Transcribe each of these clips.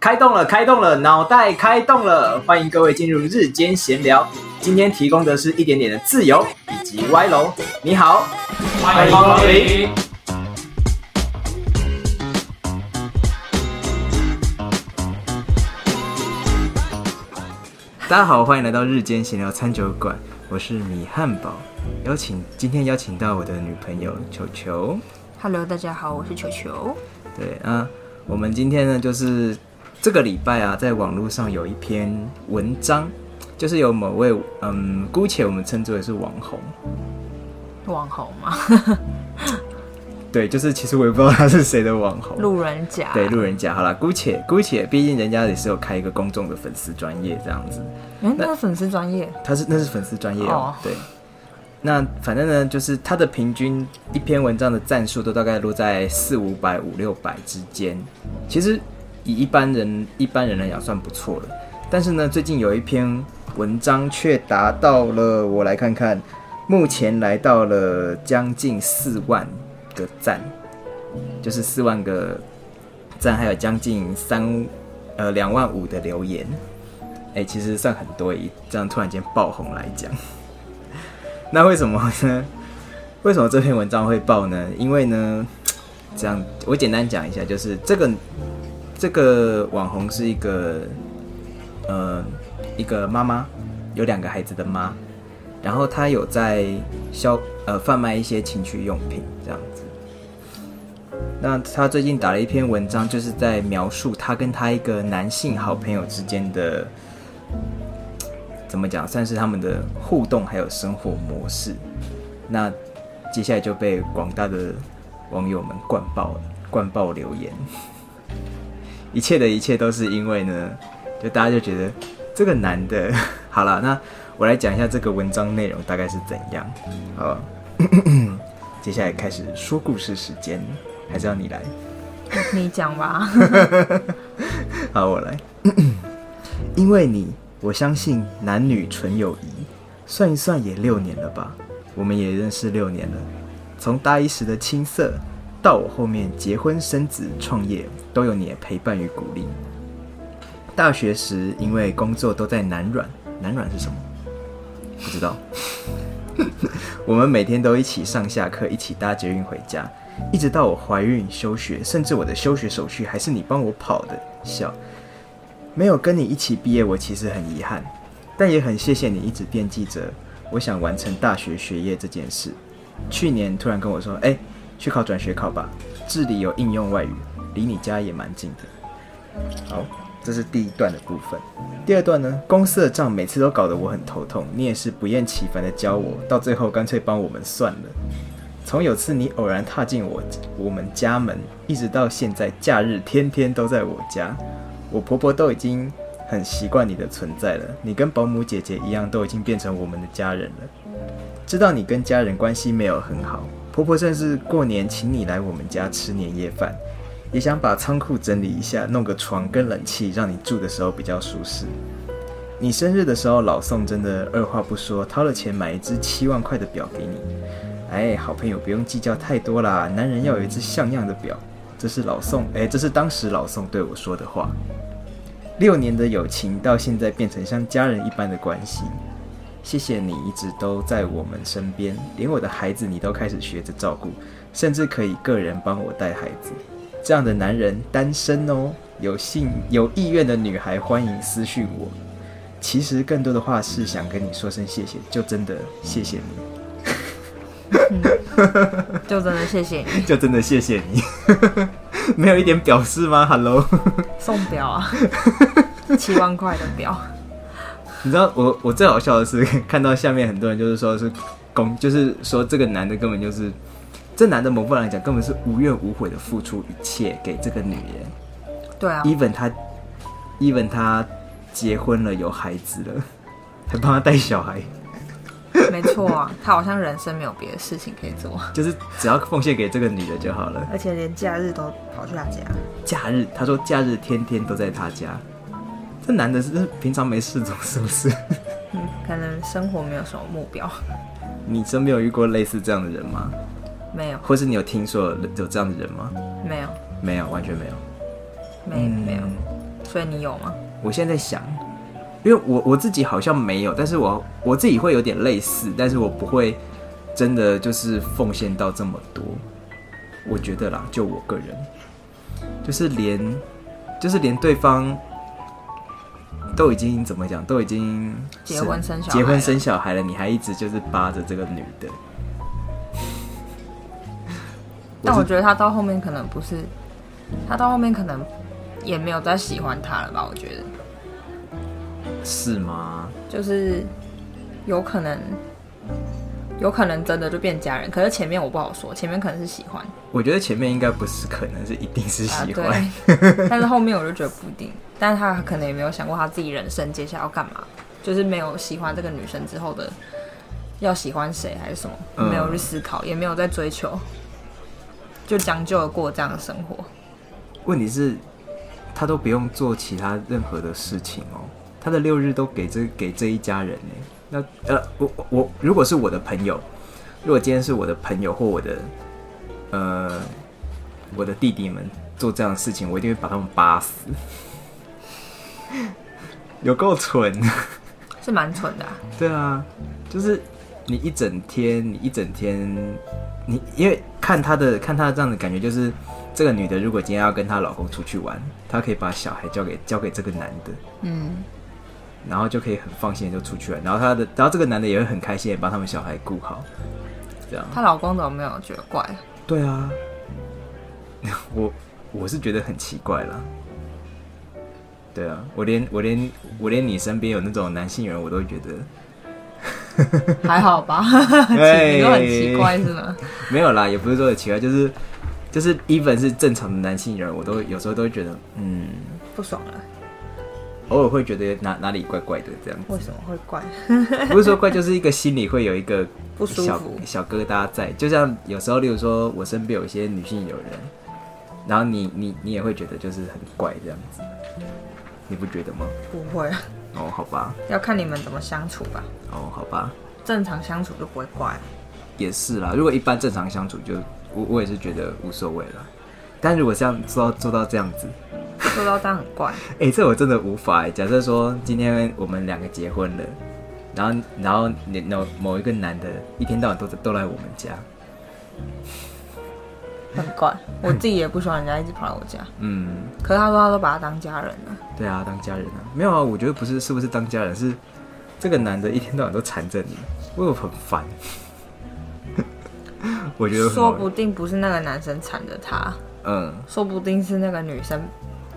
开动了，开动了，脑袋开动了！欢迎各位进入日间闲聊，今天提供的是一点点的自由以及歪楼。你好，欢迎光临。大家好，欢迎来到日间闲聊餐酒馆，我是米汉堡，邀请今天邀请到我的女朋友球球。 Hello，大家好，我是球球。对啊，我们今天呢，就是这个礼拜啊，在网络上有一篇文章，就是有某位嗯，姑且我们称之为是网红。网红 嘛，对，就是其实我也不知道他是谁的网红。路人甲。对路人甲，好啦，姑且姑且，毕竟人家也是有开一个公众的粉丝专业这样子，嗯，那是粉丝专 业，他是那是粉丝专业哦哦，对。那反正呢，就是他的平均一篇文章的赞数都大概落在四五百、五六百之间，其实以一般人一般人来讲算不错了。但是呢，最近有一篇文章却达到了，我来看看，目前来到了将近四万个赞，就是四万个赞，还有将近三呃两万五的留言。哎、其实算很多，以这样突然间爆红来讲。 那为什么呢？为什么这篇文章会爆呢？因为呢，这样我简单讲一下，就是这个这个网红是一个呃一个妈妈，有两个孩子的妈，然后她有在销呃贩卖一些情趣用品这样子。那她最近打了一篇文章，就是在描述她跟她一个男性好朋友之间的怎么讲，算是他们的互动还有生活模式。那接下来就被广大的网友们灌爆了，灌爆留言。 一切的一切都是因为呢，就大家就觉得这个男的， 好了，那我来讲一下这个文章内容大概是怎样。好， 接下来开始说故事时间，还是要你来。你讲 吧。 好，我来。 因为你，我相信男女纯友谊，算一算也六年了吧？我们也认识六年了，从大一时的青涩，到我后面结婚生子、创业，都有你的陪伴与鼓励。大学时因为工作都在南软，南软是什么？不知道。 我们每天都一起上下课，一起搭捷运回家，一直到我怀孕休学，甚至我的休学手续还是你帮我跑的。笑，没有跟你一起毕业，我其实很遗憾，但也很谢谢你一直惦记着我想完成大学学业这件事。去年突然跟我说：“哎、去考转学考吧，这里有应用外语，离你家也蛮近的。”好，这是第一段的部分。第二段呢，公司的账每次都搞得我很头痛，你也是不厌其烦的教我，到最后干脆帮我们算了。从有次你偶然踏进我我们家门，一直到现在，假日天天都在我家，我婆婆都已经很习惯你的存在了。你跟保姆姐姐一样，都已经变成我们的家人了。知道你跟家人关系没有很好，婆婆甚至过年请你来我们家吃年夜饭，也想把仓库整理一下，弄个床跟冷气，让你住的时候比较舒适。你生日的时候，老宋真的二话不说，掏了钱买一只七万块的表给你。哎，好朋友不用计较太多啦，男人要有一只像样的表。这是老宋，哎，这是当时老宋对我说的话。六年的友情到现在变成像家人一般的关系，谢谢你一直都在我们身边，连我的孩子你都开始学着照顾，甚至可以个人帮我带孩子。这样的男人单身哦，有性有意愿的女孩欢迎私讯我。其实更多的话是想跟你说声谢谢，就真的谢谢你。就真的谢谢你 就真的谢谢 你，没有一点表示吗？Hello，送表 啊，七万块的表，你知道我我最好笑的是 看到下面很多人就是说是公，就是说这个男的根本就是这男的某部分来讲根本是无怨无悔的付出一切给这个女人对啊， ，even 他 even 他结婚了有孩子了， 还帮他带小孩，没错啊，他好像人生没有别的事情可以做，就是只要奉献给这个女的就好了。而且连假日都跑去他家，假日他说假日天天都在他家，这男的是是平常没事做是不是？ 嗯，可能生活没有什么目标，你真没有遇过类似这样的人吗？没有，或是你有听说有有这样的人吗？没有，没有，完全没有。没有，没有，嗯，所以你有吗？我现在在想，因为我我自己好像没有，但是我我自己会有点类似，但是我不会真的就是奉献到这么多。我觉得啦，就我个人，就是连就是连对方都已经怎么讲，都已经结婚生小孩结婚了生小孩了，你还一直就是扒着这个女的。但是我觉得他到后面可能不是，他到后面可能也没有再喜欢他了吧？我觉得是吗？就是有可能，有可能真的就变家人。可是前面我不好说，前面可能是喜欢我觉得前面应该不是，可能是一定是啊，喜欢。 对。但是后面我就觉得不一定，但是他可能也没有想过他自己人生接下来要干嘛，就是没有喜欢这个女生之后的要喜欢谁还是什么，嗯没有去思考，也没有在追求，就将就的过这样的生活。问题是，他都不用做其他任何的事情哦，他的六日都给这给这一家人呢。那呃，我我我如果是我的朋友，如果今天是我的朋友或我的呃我的弟弟们做这样的事情，我一定会把他们扒死。 有够蠢，是蛮蠢的、啊，对啊，就是你一整天，你一整天，你因为看她的看她的这样的感觉，就是这个女的如果今天要跟她老公出去玩，她可以把小孩交给交给这个男的，嗯，然后就可以很放心的就出去玩，然后她的然后这个男的也会很开心的把他们小孩顾好，这样。她老公怎么没有觉得怪？对啊，我我是觉得很奇怪啦。对啊，我连我连我连你身边有那种男性人，我都觉得还好吧， 哎你都很奇怪是吗？没有啦，也不是说很奇怪，就是就是 even 是正常的男性人，我都有时候都会觉得，嗯，不爽了，偶尔会觉得哪哪里怪怪的这样子， 为什么会怪？不是说怪，就是一个心里会有一个不舒服小小疙瘩在。就像有时候，例如说我身边有一些女性友人，然后你你你也会觉得就是很怪这样子，你不觉得吗？不会，啊， 哦，好吧，要看你们怎么相处吧。哦，好吧，正常相处就不会怪啊，也是啦。如果一般正常相处就，我我也是觉得无所谓了。但如果这样做到做到这样子，做到这样很怪。哎、这我真的无法欸。假设说今天我们两个结婚了，然后然后你某某一个男的一天到晚都都来我们家， 很怪，我自己也不喜欢人家一直跑来我家。嗯，可是他说他都把他当家人了，对啊，当家人啊，没有啊，我觉得不是是不是当家人，是这个男的一天到晚都缠着你，我有很烦。 我觉得很说不定不是那个男生缠着他，嗯，说不定是那个女生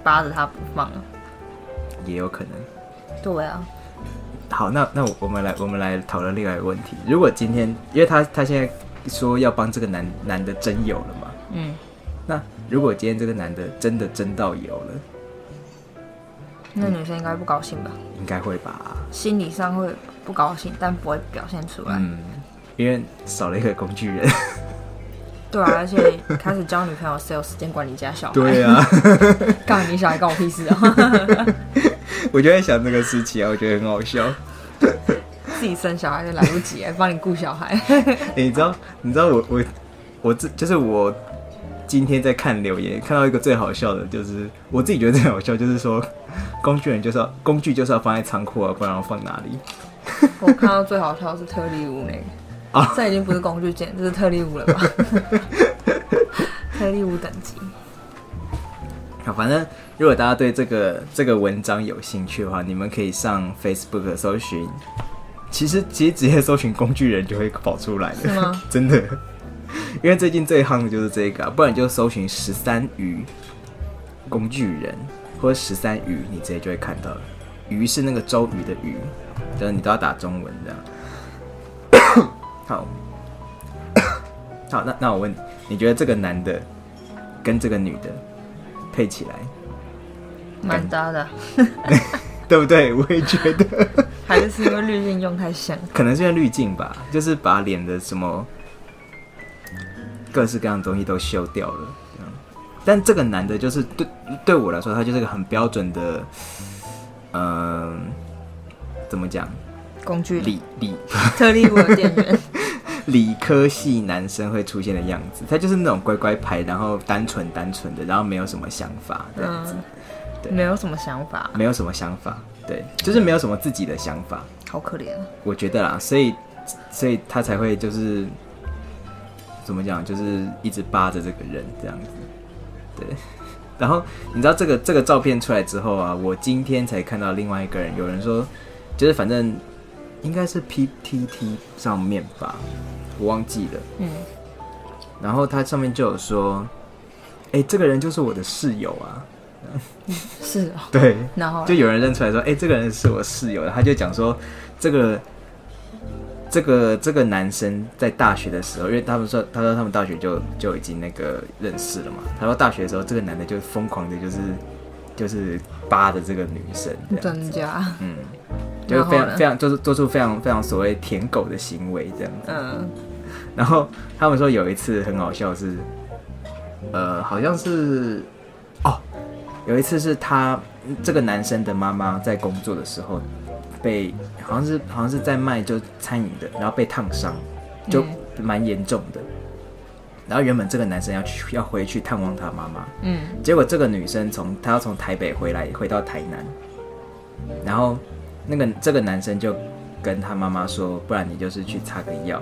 扒着他不放啊。也有可能。对啊，好，那那我们来我们来讨论另外一个问题。如果今天，因为他他现在说要帮这个男男的争友了嘛，嗯，那如果今天这个男的真的争到友了，那女生应该不高兴吧？应该会吧？心理上会不高兴，但不会表现出来。嗯，因为少了一个工具人。对啊，而且开始教女朋友谁有时间管你家小孩？啊，哎干你小孩干我屁事啊！ 我就在想这个事情啊，我觉得很好笑。 自己生小孩就来不及，还帮你顾小孩。欸你知道，你知道我我我这就是我今天在看留言，看到一个最好笑的，就是我自己觉得最好笑，就是说工具人就是要工具就是要放在仓库啊，不然要放哪里？我看到最好笑的是特例屋那个，啊这已经不是工具键，这是特例屋 了吧？特例屋等级，好，啊反正如果大家对这个这个文章有兴趣的话，你们可以上 Facebook 搜寻，其实其实直接搜寻工具人就会跑出来的，是吗真的， 因为最近最夯的就是这个、啊，不然你就搜寻十三鱼工具人或者十三鱼，你直接就会看到了。鱼是那个周瑜的鱼，就是你都要打中文这样。好，好，那那我问你，你觉得这个男的跟这个女的配起来，蛮搭的。 对不对？我也觉得，还是是因为滤镜用太像， 可能是因为滤镜吧，就是把脸的什么各式各样的东西都修掉了。这样但这个男的，就是对对我来说，他就是个很标准的，嗯、怎么讲？工 具理理特例屋的店员，理科系男生会出现的样子，他就是那种乖乖牌，然后单纯单纯的，然后没有什么想法这样子。嗯，对没有什么想法，没有什么想法，对，就是没有什么自己的想法，好可怜啊。我觉得啦，所以所以他才会就是怎么讲，就是一直扒着这个人这样子，对。 然后你知道这个这个照片出来之后啊，我今天才看到另外一个人，有人说就是反正应该是 PTT 上面吧，我忘记了。嗯，然后他上面就有说，哎、这个人就是我的室友啊，是啊、对，然后就有人认出来说：“哎、这个人是我室友。”他就讲说：“这个，这个，这个男生在大学的时候，因为他们说，他说他们大学就就已经那个认识了嘛。他说大学的时候，这个男的就疯狂的，就是就是扒着这个女生，这样增加，嗯，就然是后非常呢非常就是做出非常非常所谓舔狗的行为这样子。嗯，然后他们说有一次很好笑是，呃，好像是哦，有一次是他嗯这个男生的妈妈在工作的时候被好像是好像是在卖就餐饮的，然后被烫伤，就蛮严重的。然后原本这个男生要去要回去探望他妈妈，嗯，结果这个女生从她要从台北回来，回到台南，然后那个这个男生就跟他妈妈说，不然你就是去擦个药，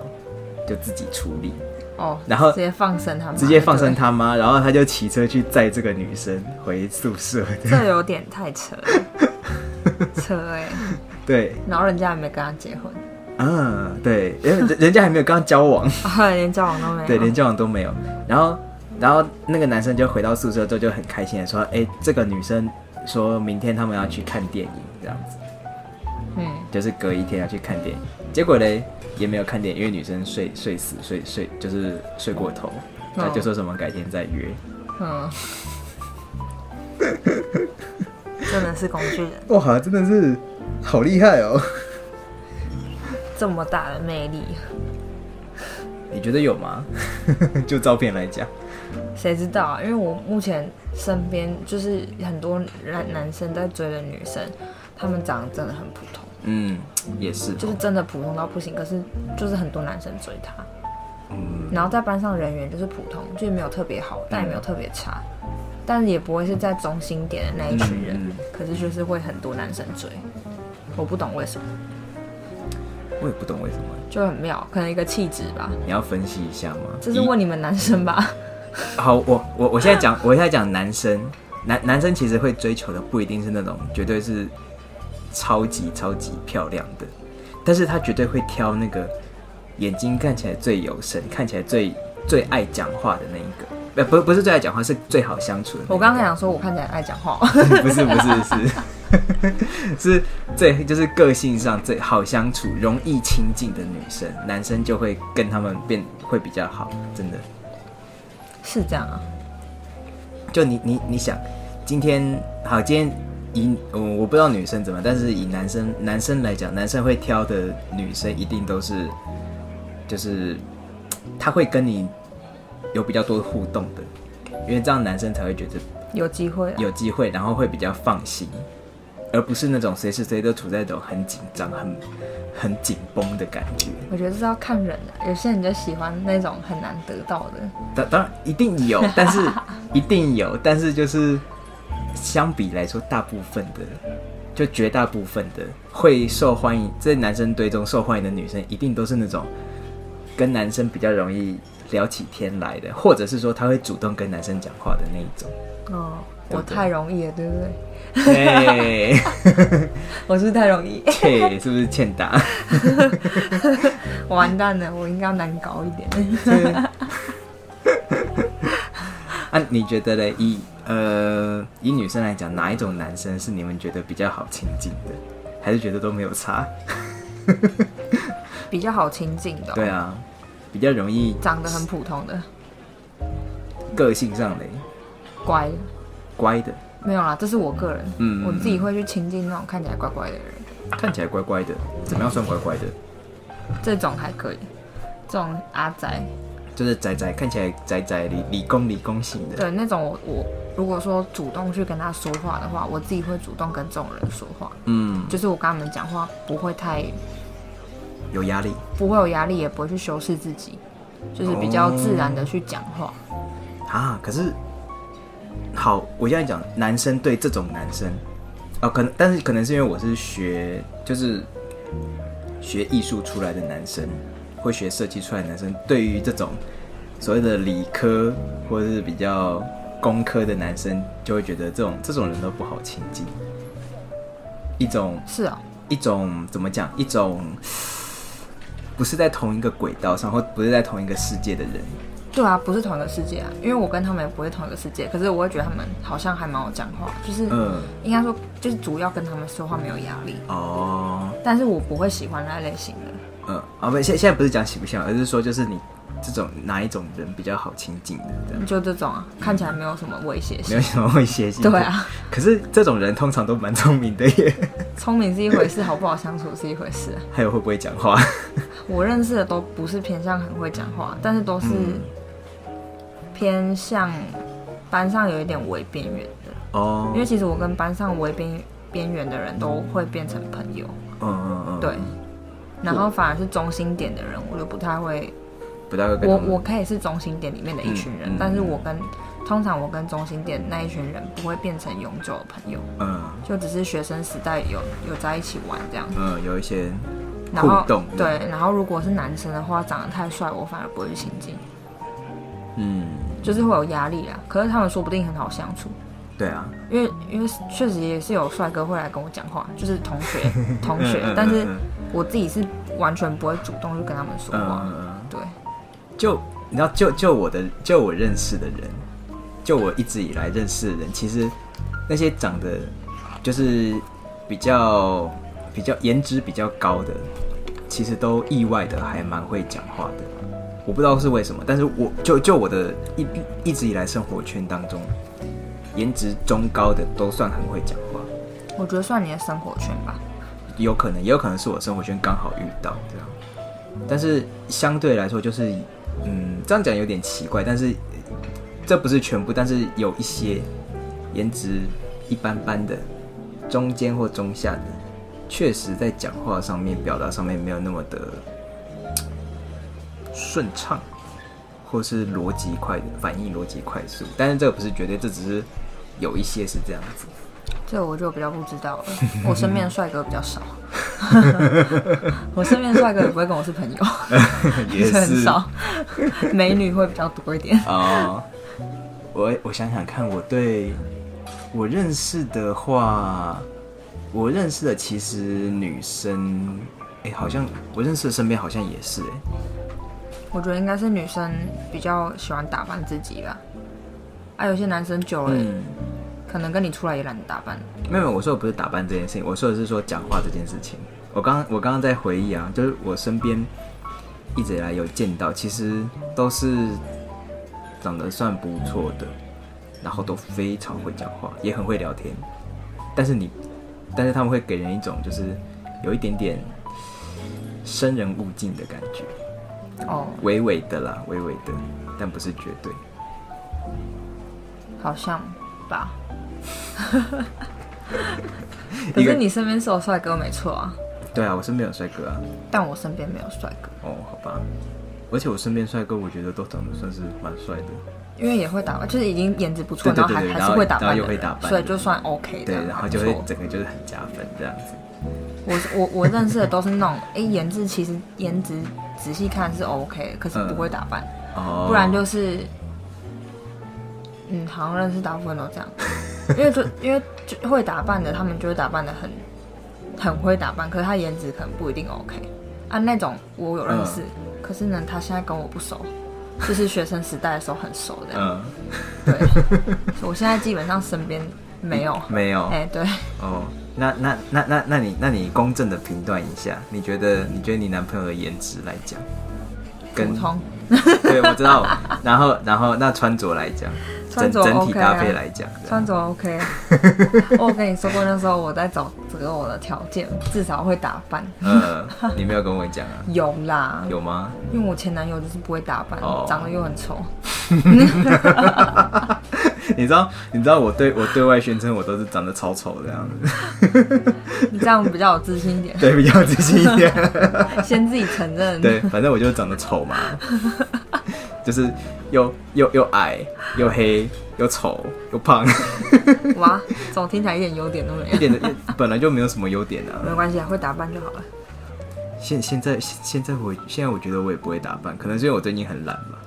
就自己处理，哦，然后直接放生他们，啊直接放生他妈，然后他就骑车去载这个女生回宿舍，对，这有点太扯 了，扯哎、对，然后人家还没跟他结婚，嗯，对，人人家还没有跟他交往，啊，连交往都没有，对，连交往都没有，然后然后那个男生就回到宿舍之后就很开心的说，哎，这个女生说明天他们要去看电影，这样子。嗯，就是隔一天要去看电影，结果嘞也没有看电影，因为女生睡睡死睡睡就是睡过头，她就说什么改天再约，嗯， 真的是工具人，哇，真的是好厉害哦！这么大的魅力，你觉得有吗？ 就照片来讲，谁知道啊？因为我目前身边就是很多男男生在追的女生，他们长得真的很普通，嗯，也是，就是真的普通到不行。可是就是很多男生追她，嗯，然后在班上人缘就是普通，就是没有特别好，但也没有特别差，但也不会是在中心点的那一群人。嗯嗯可是就是会很多男生追，我不懂为什么，我也不懂为什么，就很妙，可能一个气质吧。你要分析一下吗？这是问你们男生吧？一好，我我我现在讲，我现在讲男生，男男生其实会追求的不一定是那种绝对是超级超级漂亮的，但是他绝对会挑那个眼睛看起来最有神、看起来最最爱讲话的那一个，呃不不不是最爱讲话，是最好相处的那一个。我刚刚想说，我看起来爱讲话， 不是不是是 是最就是个性上最好相处、容易亲近的女生，男生就会跟他们变会比较好，真的。是这样啊？就你你你想，今天好，今天以我我不知道女生怎么样，但是以男生男生来讲，男生会挑的女生一定都是，就是他会跟你有比较多互动的，因为这样男生才会觉得有机会、啊，有机会，然后会比较放心，而不是那种随时随地都处在一种很紧张、很很紧绷的感觉。我觉得是要看人的、有些人就喜欢那种很难得到的。当当然一定有，但是一定有，但是就是相比来说，大部分的就绝大部分的会受欢迎，在男生堆中受欢迎的女生，一定都是那种跟男生比较容易聊起天来的，或者是说她会主动跟男生讲话的那一种。哦，对我不对太容易了，对不对？ 嘿，我是不是太容易， 嘿，是不是欠打？完蛋了，我应该要难搞一点。 啊，你觉得嘞？以呃以女生来讲，哪一种男生是你们觉得比较好亲近的？还是觉得都没有差？比较好亲近的哦、对啊，比较容易长得很普通的，个性上嘞，乖，乖的，没有啦，这是我个人，嗯我自己会去亲近那种看起来乖乖的人，看起来乖乖的，怎么样算乖乖的？这种还可以，这种阿宅，就是宅宅，看起来宅宅理理工理工型的，对那种我我如果说主动去跟他说话的话，我自己会主动跟这种人说话，嗯，就是我跟他们讲话不会太有压力，不会有压力，也不会去修哦饰自己，就是比较自然的去讲话。啊，可是好，我现在讲男生对这种男生，啊、可能但是可能是因为我是学就是学艺术出来的男生，会学设计出来的男生，对于这种所谓的理科或者是比较工科的男生，就会觉得这种这种人都不好亲近，一种是啊、一种怎么讲，一种不是在同一个轨道上，或不是在同一个世界的人。对啊，不是同一个世界啊，因为我跟他们也不会同一个世界，可是我会觉得他们好像还蛮好讲话，就是、嗯，应该说就是主要跟他们说话没有压力，哦，但是我不会喜欢那类型的。嗯，啊，不，现现在不是讲喜不喜欢，而是说就是你这种哪一种人比较好亲近的，这样就这种啊，看起来没有什么威胁没性有。什么会写信。对啊，可是这种人通常都蛮聪明的耶，聪明是一回事，好不好相处是一回事、啊。还有会不会讲话？我认识的都不是偏向很会讲话，但是都是嗯偏向班上有一点为边缘的。哦，因为其实我跟班上为边边缘的人都会变成朋友，嗯嗯嗯，对，。然后反而是中心点的人，我就不太会。不大会跟我他们我可以是中心点里面的一群人，嗯嗯但是我跟通常我跟中心点那一群人不会变成永久的朋友，嗯就只是学生时代有有在一起玩这样。嗯有一些然后互动对，然后如果是男生的话，长得太帅，我反而不会去亲近，嗯，就是会有压力啦。可是他们说不定很好相处，对啊，因为因为确实也是有帅哥会来跟我讲话，就是同学 同嗯学嗯，但是嗯我自己是完全不会主动去跟他们说嗯话嗯。嗯，对，就你知道，就就我的就我认识的人，就我一直以来认识的人，其实那些长得就是比较比较颜值比较高的，其实都意外的还蛮会讲话的。我不知道是为什么，但是我就就我的一一直以来生活圈当中，颜值中高的都算很会讲话，我觉得算你的生活圈吧。有可能也有可能是我生活圈刚好遇到这样。但是相对来说，就是嗯，这样讲有点奇怪，但是呃这不是全部，但是有一些颜值一般般的、中间或中下的，确实在讲话上面、表达上面没有那么的嘖顺畅，或是逻辑快、反应逻辑快速。但是这个不是绝对，这只是有一些是这样 子。这我就比较不知道了，我身边的帅哥比较少， 我身边的帅哥也不会跟我是朋友，也是 很少，美女会比较多一点。哦，我我想想看，我对我认识的话，我认识的其实女生，哎、好像我认识的身边好像也是、哎诶我觉得应该是女生比较喜欢打扮自己吧，啊，有些男生久了、嗯，可能跟你出来也懒得打扮。没有，没有我说的不是打扮这件事情，我说的是说讲话这件事情。我刚我刚刚在回忆啊，就是我身边一直以来有见到，其实都是长得算不错的，然后都非常会讲话，也很会聊天。但是你，但是他们会给人一种就是有一点点生人勿近的感觉，哦，微微的啦，微微的，但不是绝对。好像吧。可一个是你身边是有帅哥没错啊，对啊，我身边有帅哥啊，但我身边没有帅哥，哦，好吧。而且我身边帅哥，我觉得都长得算是蛮帅的。因为也会打扮，就是已经颜值不错，对对然对后还对还然是后会打然扮后的又会人打扮所以的就算 OK 对的，，然后就 会整个就是很加分这样子。我我我认识的都是那种，哎、颜值其实颜值仔细看是 OK，的可是不会打扮，哦不然就是，嗯，好像认识大部分都这样， 因为就因为就会打扮的，他们就会打扮的很很会打扮，可是他颜值可能不一定 OK 啊。那种我有认识，嗯可是呢，他现在跟我不熟，就是学生时代的时候很熟的，嗯，对，所以我现在基本上身边没有，没有、哎、对。哦。那那那那那你那你公正的评断一下，你觉得你觉得你男朋友的颜值来讲，跟普通，对我知道，然后然后那穿着来 讲，整穿着整体 OK 搭啊配来讲，这样穿着 OK，我跟你说过那时候我在找择偶的条件，至少会打扮。呃，你没有跟我讲啊？ 有啦，有吗？因为我前男友就是不会打扮，哦长得又很丑。你知道你知道我对我对外宣称我都是长得超丑这样子， 你这样比较有自信一点，对，比较自信一点。先自己承 认。对，反正我就长得丑嘛，就是又又又矮又黑又丑又胖， 哇，总听起来一点优点都没一有。点的本来就没有什么优点啊。没关系啊，会打扮就好了。现现在现现在我现在我觉得我也不会打扮，可能是因为我最近很懒吧，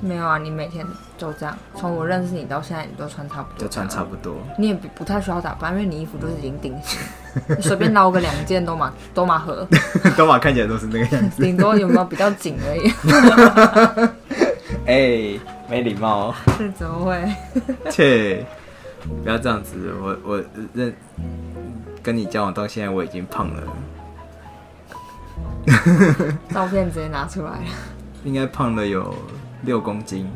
没有啊，你每天都这样，从我认识你到现在，你都穿差不多。就穿差。不多。你也不不太需要打扮，因为你衣服都是已经定 型，你随便捞个两件都嘛都嘛合，都嘛看起来都是那个样子。顶多有没有比较紧而已。 哎、没礼貌、哦， 这怎么会？切！不要这样子，我我认跟你交往到现在，我已经胖了，照片直接拿出来了。应该胖了有六公斤。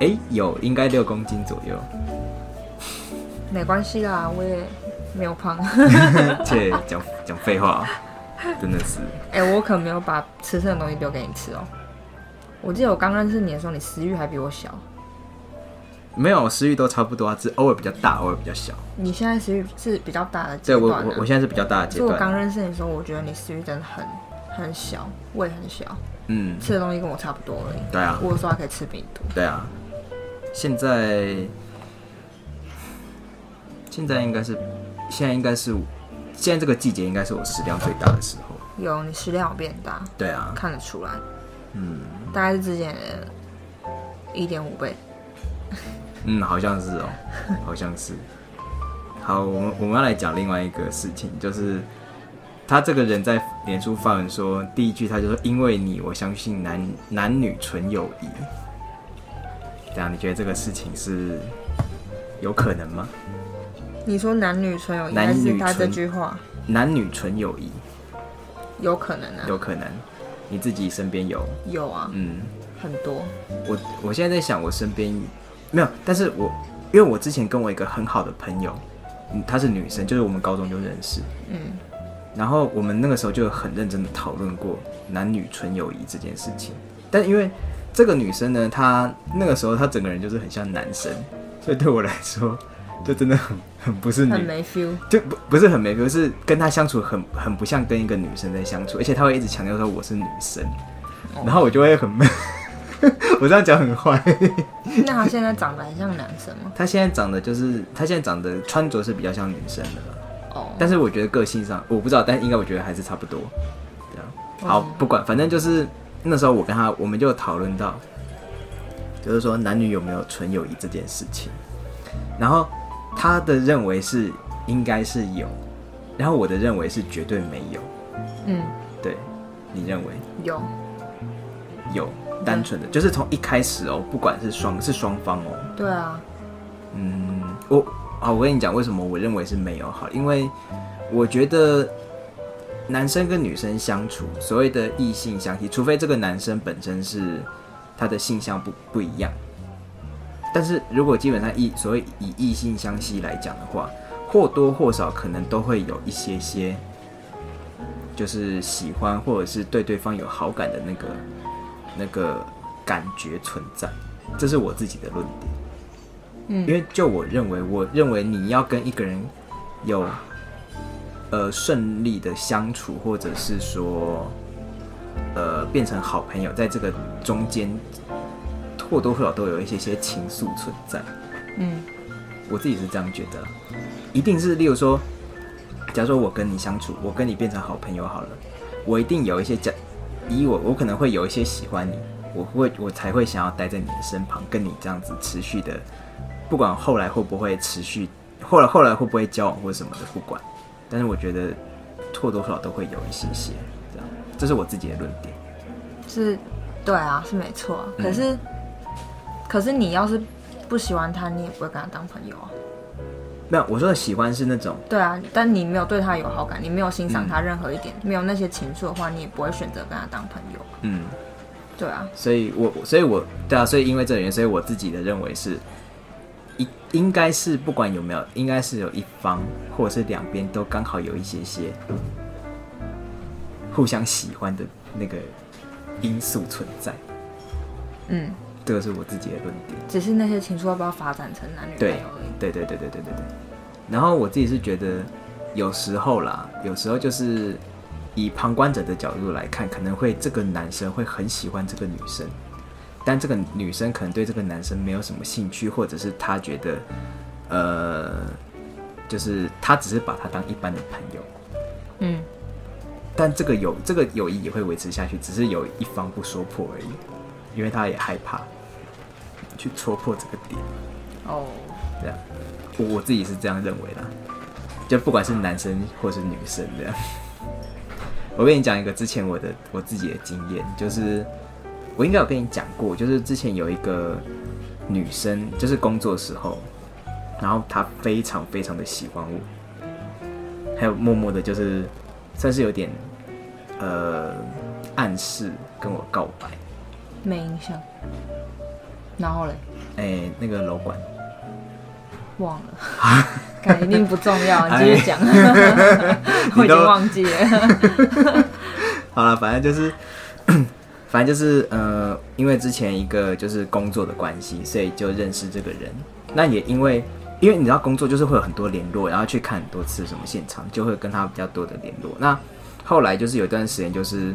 哎、有应该六公斤左右，没关系啦，我也没有胖。 切讲讲废话，啊真的是哎、我可没有把吃剩的东西丢给你吃哦。我记得我刚认识你的时候，你食欲还比我小。没有食欲都差不多啊，只是偶尔比较大，偶尔比较小。你现在食欲是比较大的阶对我段、啊我我现在是比较大的阶所以我刚段，啊认识你的时候，我觉得你食欲真的很很小，胃很小，嗯，吃的东西跟我差不多而已。对啊我有时候还可以吃比你多。对啊，现在现在应该是现在应该是现在这个季节应该是我食量最大的时候。有，你食量有变大，对啊，看得出来，嗯大概是之前的一点五倍。嗯，好像是哦，好像是。好，我们我们要来讲另外一个事情，就是他这个人在脸书发文说，第一句他就说：“因为你，我相信男男女纯友谊。”这样你觉得这个事情是有可能吗？你说男女纯友谊，男还女是他这纯句话男女纯友谊有可能啊？有可能，你自己身边有，有啊，嗯，很多。我我现在在想，我身边没有，但是我因为我之前跟我一个很好的朋友，嗯她是女生，就是我们高中就认识，嗯，然后我们那个时候就很认真的讨论过男女纯友谊这件事情，但因为这个女生呢，她那个时候她整个人就是很像男生，所以对我来说，就真的很很不是女很没 feel。就不不是很没，就是跟他相处很很不像跟一个女生在相处，而且他会一直强调说我是女生，然后我就会很 闷。我这样讲很坏。 那他现在长得很像男生吗？他现在长得就是，他现在长得穿着是比较像女生的啦，哦， 但是我觉得个性上我不知道，但应该我觉得还是差不多。这样，好，不管，反正就是那时候我跟他，我们就讨论到，就是说男女有没有纯友谊这件事情，然后他的认为是应该是有，然后我的认为是绝对没有。嗯，对，你认为有，有单纯的，就是从一开始哦，不管是双是双方哦，对啊，嗯，我好，我跟你讲为什么我认为是没有好，因为我觉得男生跟女生相处，所谓的异性相吸，除非这个男生本身是他的性向不不一样，但是如果基本上异所谓以异性相吸来讲的话，或多或少可能都会有一些些。就是喜欢或者是对对方有好感的那个那个感觉存在，这是我自己的论点。因为就我认为，我认为你要跟一个人有呃顺利的相处，或者是说呃变成好朋友，在这个中间或多或少都有一些些情愫存在。嗯，我自己是这样觉得，一定是例如说，假如说我跟你相处，我跟你变成好朋友好了，我一定有一些假，以我我可能会有一些喜欢你，我会我才会想要待在你的身旁，跟你这样子持续的，不管后来会不会持续，后来后来会不会交往或什么的不管，但是我觉得或多或少都会有一些些这样，这是我自己的论点。是，对啊，是没错啊。嗯可是，可是你要是不喜欢他，你也不会跟他当朋友啊。没有，我说的喜欢是那种对啊，但你没有对他有好感，你没有欣嗯赏他任何一点，没有那些情愫的话，你也不会选择跟他当朋友。啊嗯。对啊，所以我，所以我对啊，所以因为这个原因，所以我自己的认为是，一应该是不管有没有，应该是有一方或者是两边都刚好有一些些互相喜欢的那个因素存在，嗯，这个是我自己的论点。只是那些情愫要不要发展成男女朋对友而已。对对对对对对对。然后我自己是觉得，有时候啦，有时候就是以旁观者的角度来看，可能会这个男生会很喜欢这个女生，但这个女生可能对这个男生没有什么兴趣，或者是她觉得，呃，就是她只是把他当一般的朋友，嗯，但这个友这个友谊也会维持下去，只是有一方不说破而已，因为她也害怕去戳破这个点。哦，这样，我我自己是这样认为啦，就不管是男生或是女生这样。 我跟你讲一个之前我的我自己的经验，就是我应该有跟你讲过，就是之前有一个女生，就是工作的时候，然后她非常非常的喜欢我，还有默默的，就是算是有点呃暗示跟我告白，没印象。然后嘞，哎、那个楼管。忘了，感觉一定不重 要，你继续讲，我哎你已都经忘记了。好了，反正就是， 反正就是，呃，因为之前一个就是工作的关系，所以就认识这个人。那也因为，因为你知道工作就是会有很多联络，然后去看很多次什么现场，就会跟他比较多的联络。那后来就是有一段时间，就是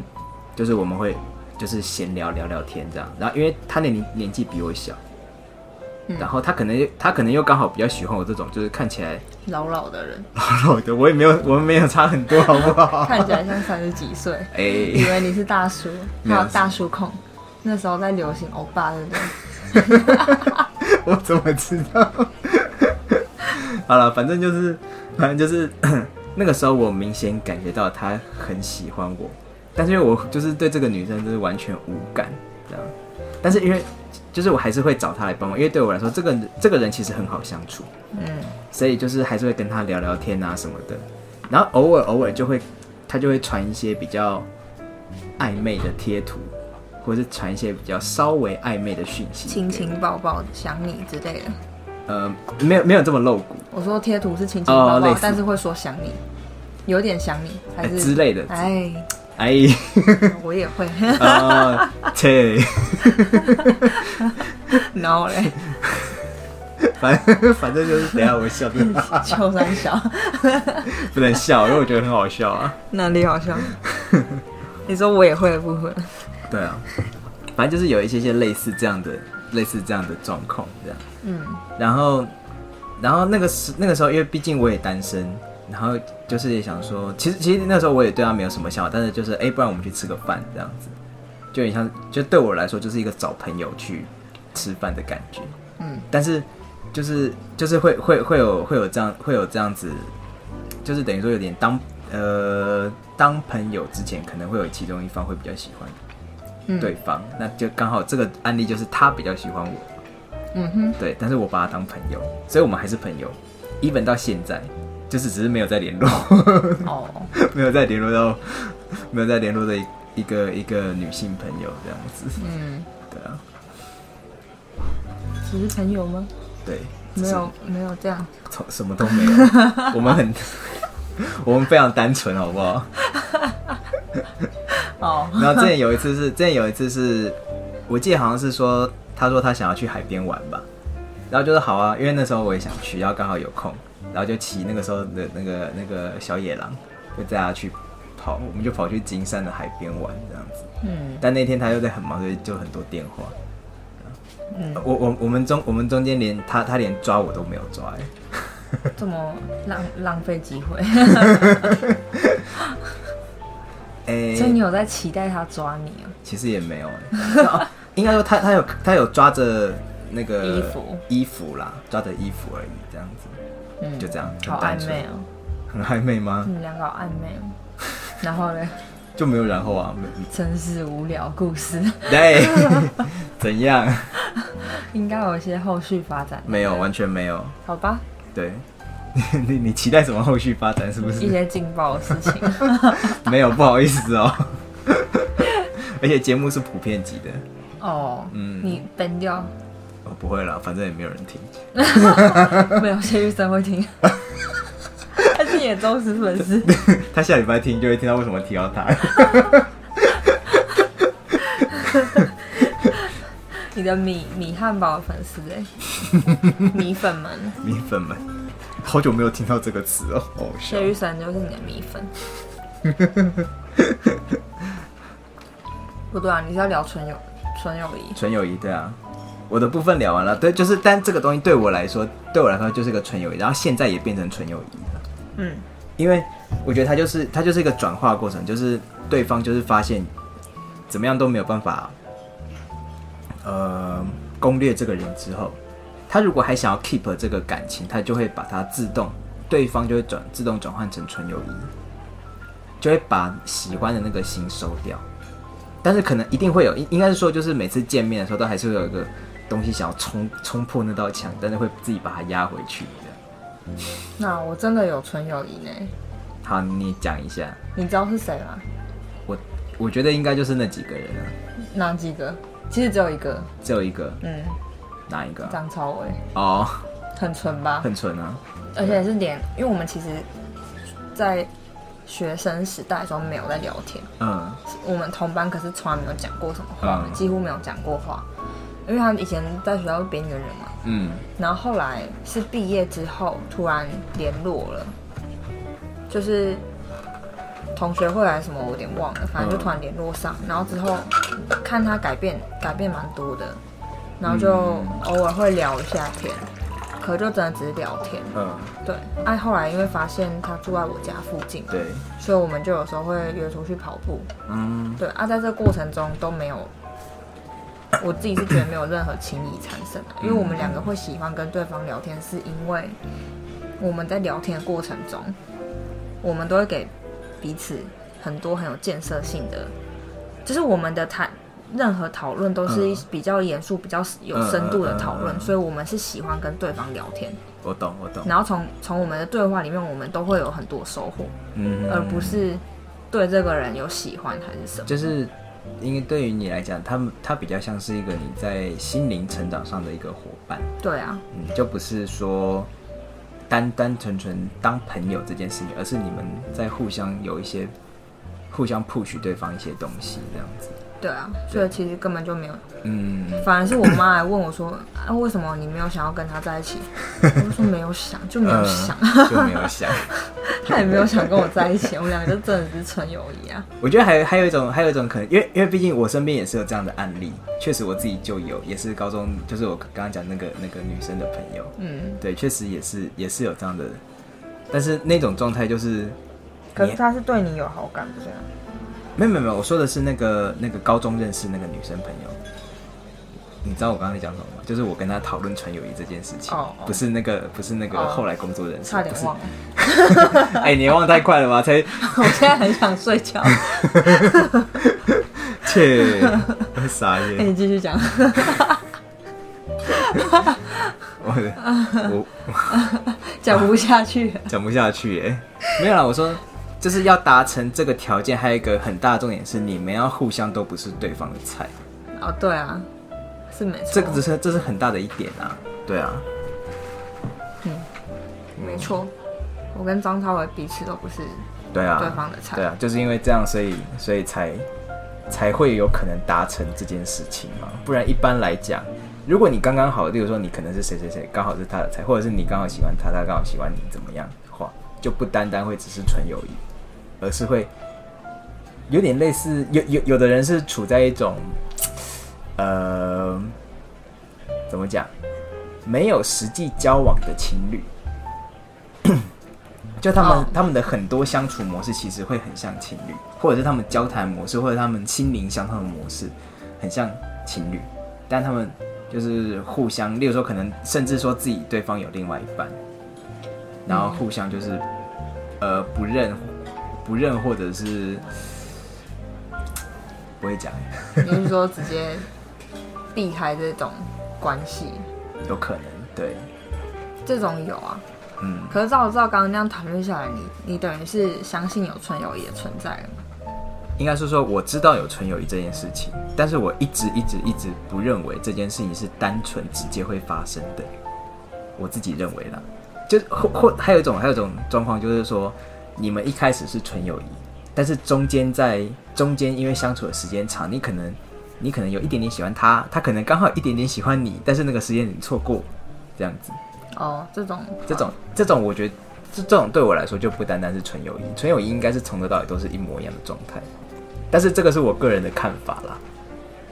就是我们会就是闲聊聊聊天这样。然后因为他年龄年纪比我小，嗯然后他可能他可能又刚好比较喜欢我这种就是看起来 老老的人，老老的，我也没有我们没有差很多，好不好？ 看起来像三十几岁，哎、以为你是 大叔，还没有有大叔控。那时候在流行欧巴，对不对？ 我怎么知道？ 好了，反正就是，反正就是那个时候，我明显感觉到他很喜欢我，但是因为我就是对这个女生就是完全无感这样，但是因为就是我还是会找她来帮忙，因为对我来说，这个这个人其实很好相处，嗯，所以就是还是会跟他聊聊天啊什么的，然后偶尔偶尔就会他就会传一些比较暧昧的贴图，或者是传一些比较稍微暧昧的讯息，亲亲抱抱，想你之类的。呃，没有没有这么露骨我说贴图是亲亲抱哦类抱似，但是会说想你，有点想你，还哎是之类的，哎，哎，我也会。 啊，切，然 后嘞，反正反正就是，等一下我笑真的秋山小不能笑，因为我觉得很好笑啊。哪里 好笑？你说我也会的部分，对啊，反正就是有一些些类似这样的类似这样的状况这样，嗯，然后然后那个时那个时候，因为毕竟我也单身，然后就是也想说，其实其实那时候我也对他没有什么想法，但是就是哎、不然我们去吃个饭这样子，就很像，就对我来说就是一个找朋友去吃饭的感觉。嗯，但是就是就是会会会有会有这样会有这样子，就是等于说有点当呃当朋友之前，可能会有其中一方会比较喜欢嗯对，方，那就刚好这个案例就是他比较喜欢我，嗯哼，对，但是我把他当朋友，所以我们还是朋友，even 到现在。就是只是没有再联络， 哦，没有再联络到，没有再联络的一一个一个女性朋友这样子，嗯，对啊，只是朋友吗？对，只没是有，没有这样，从什么都没有，我们很， 我们非常单纯，好不好？哦， 然后之前有一次是，之前有一次是，我记得好像是说，他说他想要去海边玩吧，然后就是好啊，因为那时候我也想去，然后刚好有空，然后就骑那个时候的那个那个小野狼，就带他去跑，我们就跑去金山的海边玩这样子。嗯但那天他又在很忙，所以就很多电话。嗯，我我我们中我们中间连他他连抓我都没有抓、欸这么浪浪费 机会，哎、所以你有在期待他抓你哦？其实也没有、欸 哦应该说他他有他有抓着那个衣服衣服啦，抓着衣服而已，这样子嗯，就这样，很好单暧纯昧，嗯哦，很暧昧吗你？们两个好暧昧 哦。然后嘞，就没有然后啊， 没真是无聊故事， 对，怎样？应该有一些后续发展，没有，完全没有，好吧？对。 你你期待什么后续发展？是不一是？些劲爆的 事情，没有，不好意思哦。 而且节目是普遍级的，哦，嗯你崩掉， 我、不会啦，反正也没有人听。没有谢玉生会听， 他是你的忠实 粉丝，他下礼拜听就会听到为什么提到他。 你的米米汉堡粉丝 哎、米粉们，米粉们，好久没有听到这个词哦，好好笑谢。玉生就是你的 米粉。不对啊，你是要聊纯友纯友谊，纯友谊，对啊。我的部分聊完了，对，就是，但这个东西对我来说，对我来说就是个纯友谊，然后现在也变成纯友谊了，嗯，因为我觉得它就是它就是一个转化过程，就是对方就是发现怎么样都没有办法，呃，攻略这个人之后，他如果还想要 keep 这个感情，他就会把它自动，对方就会转自动转换成纯友谊，就会把喜欢的那个心收掉。但是可能一定会有，应应该是说，就是每次见面的时候，都还是会有一个东西想要冲冲破那道墙，但是会自己把它压回去的。那我真的有纯友谊呢，好，你讲一下，你知道是谁吗？我我觉得应该就是那几个人啊，哪几个？其实只有一个，只有一个嗯，哪一个啊、张超伟，哦，很纯吧？很纯啊，而且是连，因为我们其实，在学生时代的时候没有在聊天，嗯我们同班可是从来没有讲过什么话，嗯几乎没有讲过话，因为他以前在学校是边缘人嘛，嗯，然后后来是毕业之后突然联络了，就是同学会还是什么，我有点忘了，反正就嗯突然联络上，然后之后看他改变改变蛮多的，然后就嗯偶尔会聊一下天，可就真的只是聊天，嗯，对。哎、后来因为发现他住在我家附近，对，所以我们就有时候会约出去跑步，嗯对啊，在这个过程中都没有，我自己是觉得没有任何情谊产生的，因为我们两个会喜欢跟对方聊天，是因为我们在聊天的过程中，我们都会给彼此很多很有建设性的，就是我们的谈任何讨论都是嗯比较严肃、比较有深度的讨嗯论，嗯嗯嗯哦所以我们是喜欢跟对方聊天，我懂我懂，然后从从我们的对话里面，我们都会有很多收获，嗯，而不是对这个人有喜欢还是什么。就是。因为对于你来讲，他们他比较像是一个你在心灵成长上的一个伙伴，对啊，嗯，就不是说单单纯纯当朋友这件事情，而是你们在互相有一些互相 push 对方一些东西这样子。对啊，所以其实根本就没有，嗯，反而是我妈来问我说：“啊，为什么你没有想要跟他在一起？” 我就说没有想，就没有想，嗯、就没有想。嗯她也没有想跟我在一 起，我们两个就真的是纯友谊啊。我觉得还有还有一种还有一种可能，因为因为毕竟我身边也是有这样的案例，确实我自己就有，也是高中，就是我刚刚讲那个那个女生的朋友，嗯，对，确实也是也是有这样的，但是那种状态就是可是他是对你有好感，不是吗？没有没有没有，我说的是那个那个高中认识那个女生朋友。你知道我刚刚在讲什么吗？就是我跟她讨论纯友谊这件事情哦哦不是那个不是那个哦后来工作人士差点忘了，不是哎、你也忘太快了吧？才 我现在很想睡觉。切，傻眼 哎，。你继续 讲。我我讲不下去了。讲不下去耶。没有啦，我说就是要达成这个条件，还有一个很大的重点是，你们要互相都不是对方的菜，哦，对啊，是没错，这个只是这是很大的一点啊。对啊，没错。我跟张超伟彼此都不是，对啊，对方的菜对啊，就是因为这样，所以所以才才会有可能达成这件事情嘛。不然一般来讲，如果你刚刚好，例如说你可能是谁谁谁，刚好是他的菜，或者是你刚好喜欢他，他刚好喜欢你，怎么样的话，就不单单会只是纯友谊，而是会有点类似，有有有的人是处在一种呃怎么讲，没有实际交往的情侣。 就他们、哦他们的很多相处模式其实会很像情侣，或者是他们交谈模式，或者他们心灵相通的模式，很像情侣，但他们就是互相，例如说可能甚至说自己对方有另外一半，然后互相就是、呃不认不认或者是不会讲，你是说直接避开这种关系？有可能对，这种有啊，嗯。可是照照刚刚那样谈论下来，你你等于是相信有纯友谊的存在了吗？应该是说我知道有纯友谊这件事情，但是我一直一直一直不认为这件事情是单纯直接会发生的。我自己认为啦，就是或或还有一种还有一种状况就是说，你们一开始是纯友谊，但是中间在中间因为相处的时间长，你可能你可能有一点点喜欢他，他可能刚好一点点喜欢你，但是那个时间你错过，这样子。哦，这种这种这种，我觉得这这种对我来说就不单单是纯友谊，纯友谊应该是从头到尾都是一模一样的状态。但是这个是我个人的看法啦，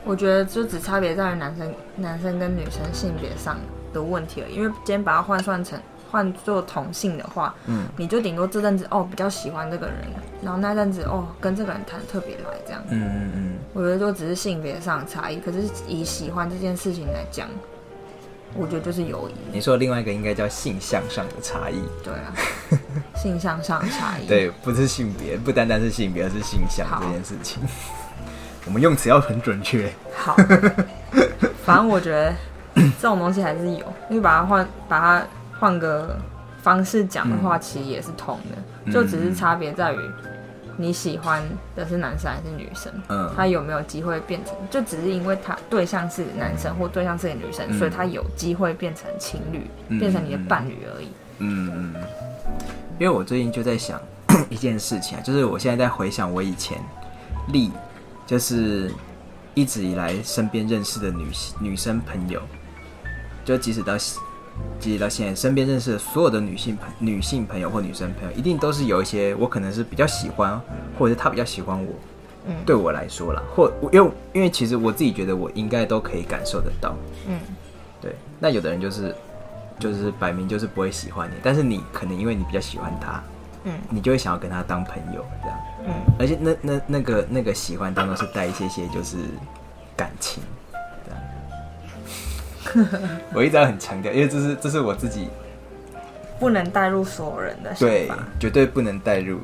我觉得就只差别在于男生男生跟女生性别上的问题而已。因为今天把它换算成换做同性的话，嗯，你就顶多这阵子哦比较喜欢这个人，然后那阵子哦跟这个人谈得特别来这样。嗯嗯嗯，我觉得就只是性别上的差异，可是以喜欢这件事情来讲，我觉得就是友谊。你说另外一个应该叫性向上的差异，对 啊，性向上的差异。，对，不是性别，不单单是性别，而是性向好这件事情。 我们用词要很准确。好， 反正我觉得这种东西还是有， 因为把它换把它换个方式讲的话，其实也是通的，嗯就只是差别在于你喜欢的是男生还是女生，嗯他有没有机会变成，就只是因为他对象是男生或对象是女生，嗯所以他有机会变成情侣，嗯变成你的伴侣而已。嗯，嗯，因为我最近就在想 一件事情啊，就是我现在在回想我以前历，就是一直以来身边认识的女女生朋友，就即使到即使到现在，身边认识的所有的女性朋女性朋友或女生朋友，一定都是有一些我可能是比较喜欢，或者是她比较喜欢我。嗯对我来说啦，或因为因为其实我自己觉得我应该都可以感受得到，嗯，对，那有的人就是就是摆明就是不会喜欢你，但是你可能因为你比较喜欢他，嗯你就会想要跟他当朋友这样，嗯，而且那那那个那个喜欢当中是带一些些就是感情，这样。 我一直要很强调，因为这是这是我自己不能带入所有人的想对法。绝对不能带入，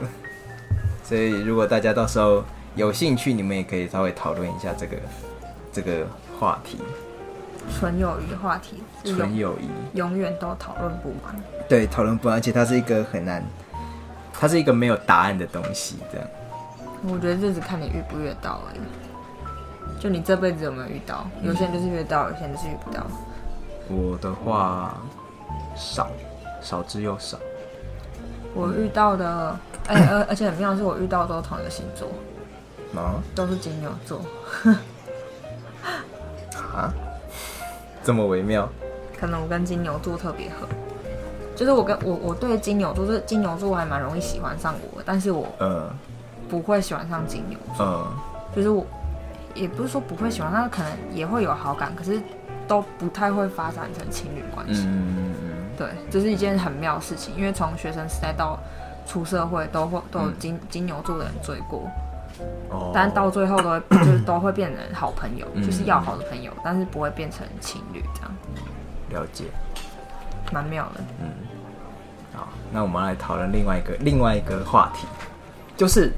所以如果大家到时候有兴趣，你们也可以稍微讨论一下这个这个话题，纯友谊的话题是纯永友谊。永远都讨论不完。对，讨论不完，而且它是一个很难，它是一个没有答案的东西，这样。我觉得这只看你遇不遇得到而已。就你这辈子有没有遇到？有些人就是遇得到，有些人就是遇不到。我的话少，少之又少。我遇到的，哎、而而且很妙的是，我遇到的都是同一个星座，啊都是金牛座，啊，这么微妙。可能我跟金牛座特别合。就是我跟我我对金牛座，就是金牛座我还蛮容易喜欢上我的，但是我嗯不会喜欢上金牛座，嗯就是我也不是说不会喜欢，他可能也会有好感，可是都不太会发展成情侣关系。嗯嗯对，这是一件很妙的事情，因为从学生时代到出社会，都会都有金、金牛座的人追过，嗯哦但到最后都会就是 都会变成好朋友，嗯就是要好的朋友，但是不会变成情侣，这样了解。蛮妙的。好，啊那我们来讨论另外一个另外一个话题，就是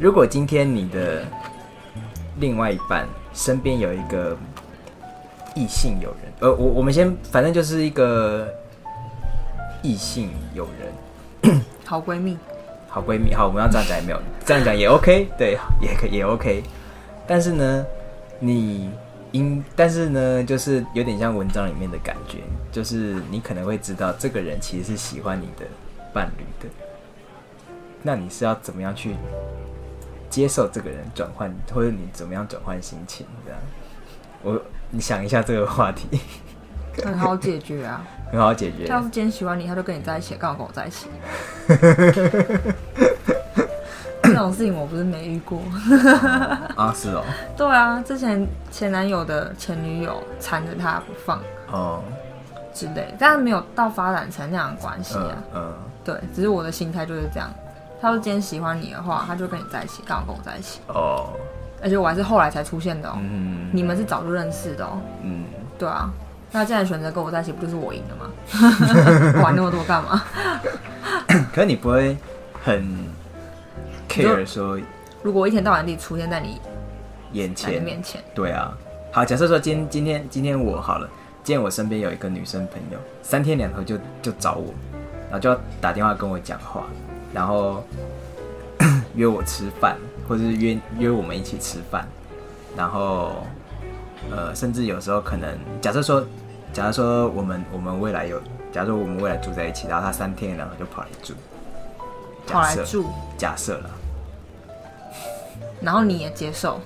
如果今天你的另外一半身边有一个异性友人，呃，我我们先反正就是一个异性友人，好闺蜜，好闺蜜，好，我们要这样讲也没有，这样讲也 OK，对，也可也 OK。但是呢，你应，但是呢，就是有点像文章里面的感觉，就是你可能会知道这个人其实是喜欢你的伴侣的，那你是要怎么样去接受这个人转换，或者你怎么样转换心情这样？我，你想一下这个话题， 很好解决啊。很好解决。要是今天喜欢你，他就跟你在一起，刚好跟我在 一起。这种事情我不是没遇过。 啊，是哦，对啊，之前前男友的前女友缠着他不放哦，之类，但是没有到发展成那样的关系啊。嗯嗯，对，只是我的心态就是这样。他说今天喜欢你的话，他就跟你在一起，刚好跟我在一起。哦，而且我还是后来才出现的哦，嗯，你们是早就认识的哦。嗯。对啊，那既然选择跟我在一起，不就是我赢了吗？ 管那么多干嘛？ 可是你不会很就 care 说如果我一天到晚地出现在你眼在你前，面前，对啊。好，假设说今今天今天我好了，今天我身边有一个女生朋友，三天两头就就找我，然后就要打电话跟我讲话，然后 约我吃饭，或者是约约我们一起吃饭，然后呃，甚至有时候可能假设说，假设说我们我们未来有，假如说我们未来住在一起，然后她三天两头就跑来住，跑来假设住，假设了。然后你也接受，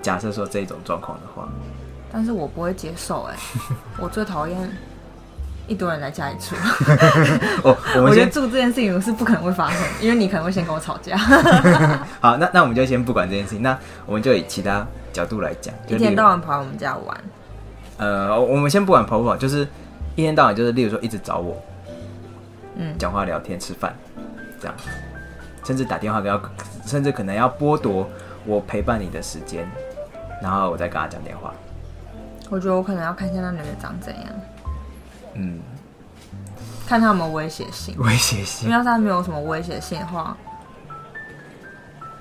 假设说这种状况的话，欸但是我不会接受哎、我最讨厌。一堆人来家里住，哦，我我们觉得先住这件事情是不可能会发生，因为你可能会先跟我吵架。好，那那我们就先不管这件事情，那我们就以其他角度来讲，就一例天如到晚跑来我们家玩，呃，我们先不管跑不跑，就是一天到晚就是，例如说一直找我，嗯讲话、聊天、吃饭，这样，甚至打电话给要，甚至可能要剥夺我陪伴你的时间，然后我再跟他讲电话。我觉得我可能要看一下那女的长怎样，嗯，看她有没有威胁性。威胁因性为。要是她没有什么威胁性的话，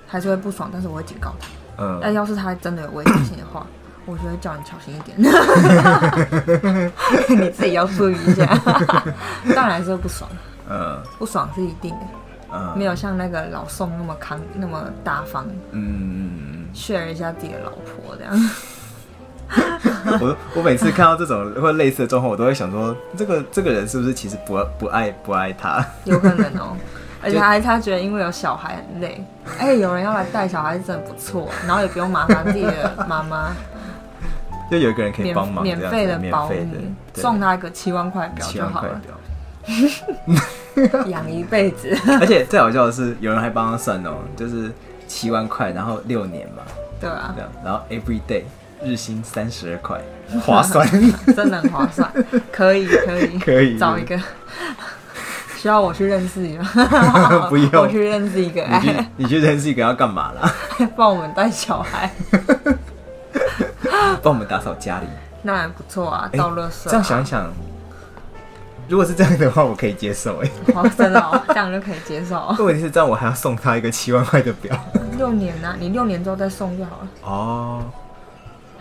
还是会不爽，但是我会警告她。嗯、但要是她真的有威胁性的 话，我就会叫你小 心一点，你自己要注意一 下。当然是会不爽，嗯不爽是一定的，嗯，没有像那个老宋那么康那么大方，嗯，嗯确认一下自己的老婆这样。嗯 我我每次看到这种或类似的状况，我都会想说，这个这个人是不是其实不不爱不爱他？ 有可能哦。而且他他觉得因为有小孩很累，哎、有人要来带小孩是真的不错，然后也不用麻烦自己的妈妈，就有一个人可以免帮忙这免样子，费的免保费姆的，对送他一个七万块表七就万好块了，表。 养一辈子。 而且最好笑的是，有人还帮他算哦，就是七万块，然后六年嘛，对啊这，样，然后 every day 日薪三十二块，划 算。真的很划算，可以可以可以找 一个，需要我去认识一个，不用我去认识一个，你去哎，你去认识一个要干嘛啦？ 帮我们带小孩，帮我们打扫家里。那还不错啊，哎倒垃圾啊，这样想一想，如果是这样的话，我可以接受。哎，哦，真的哦，这样就可以接受哦。 问题是这样，我还要送他一个七万块的表。 六年呢、你六年之后再送就好了。哦，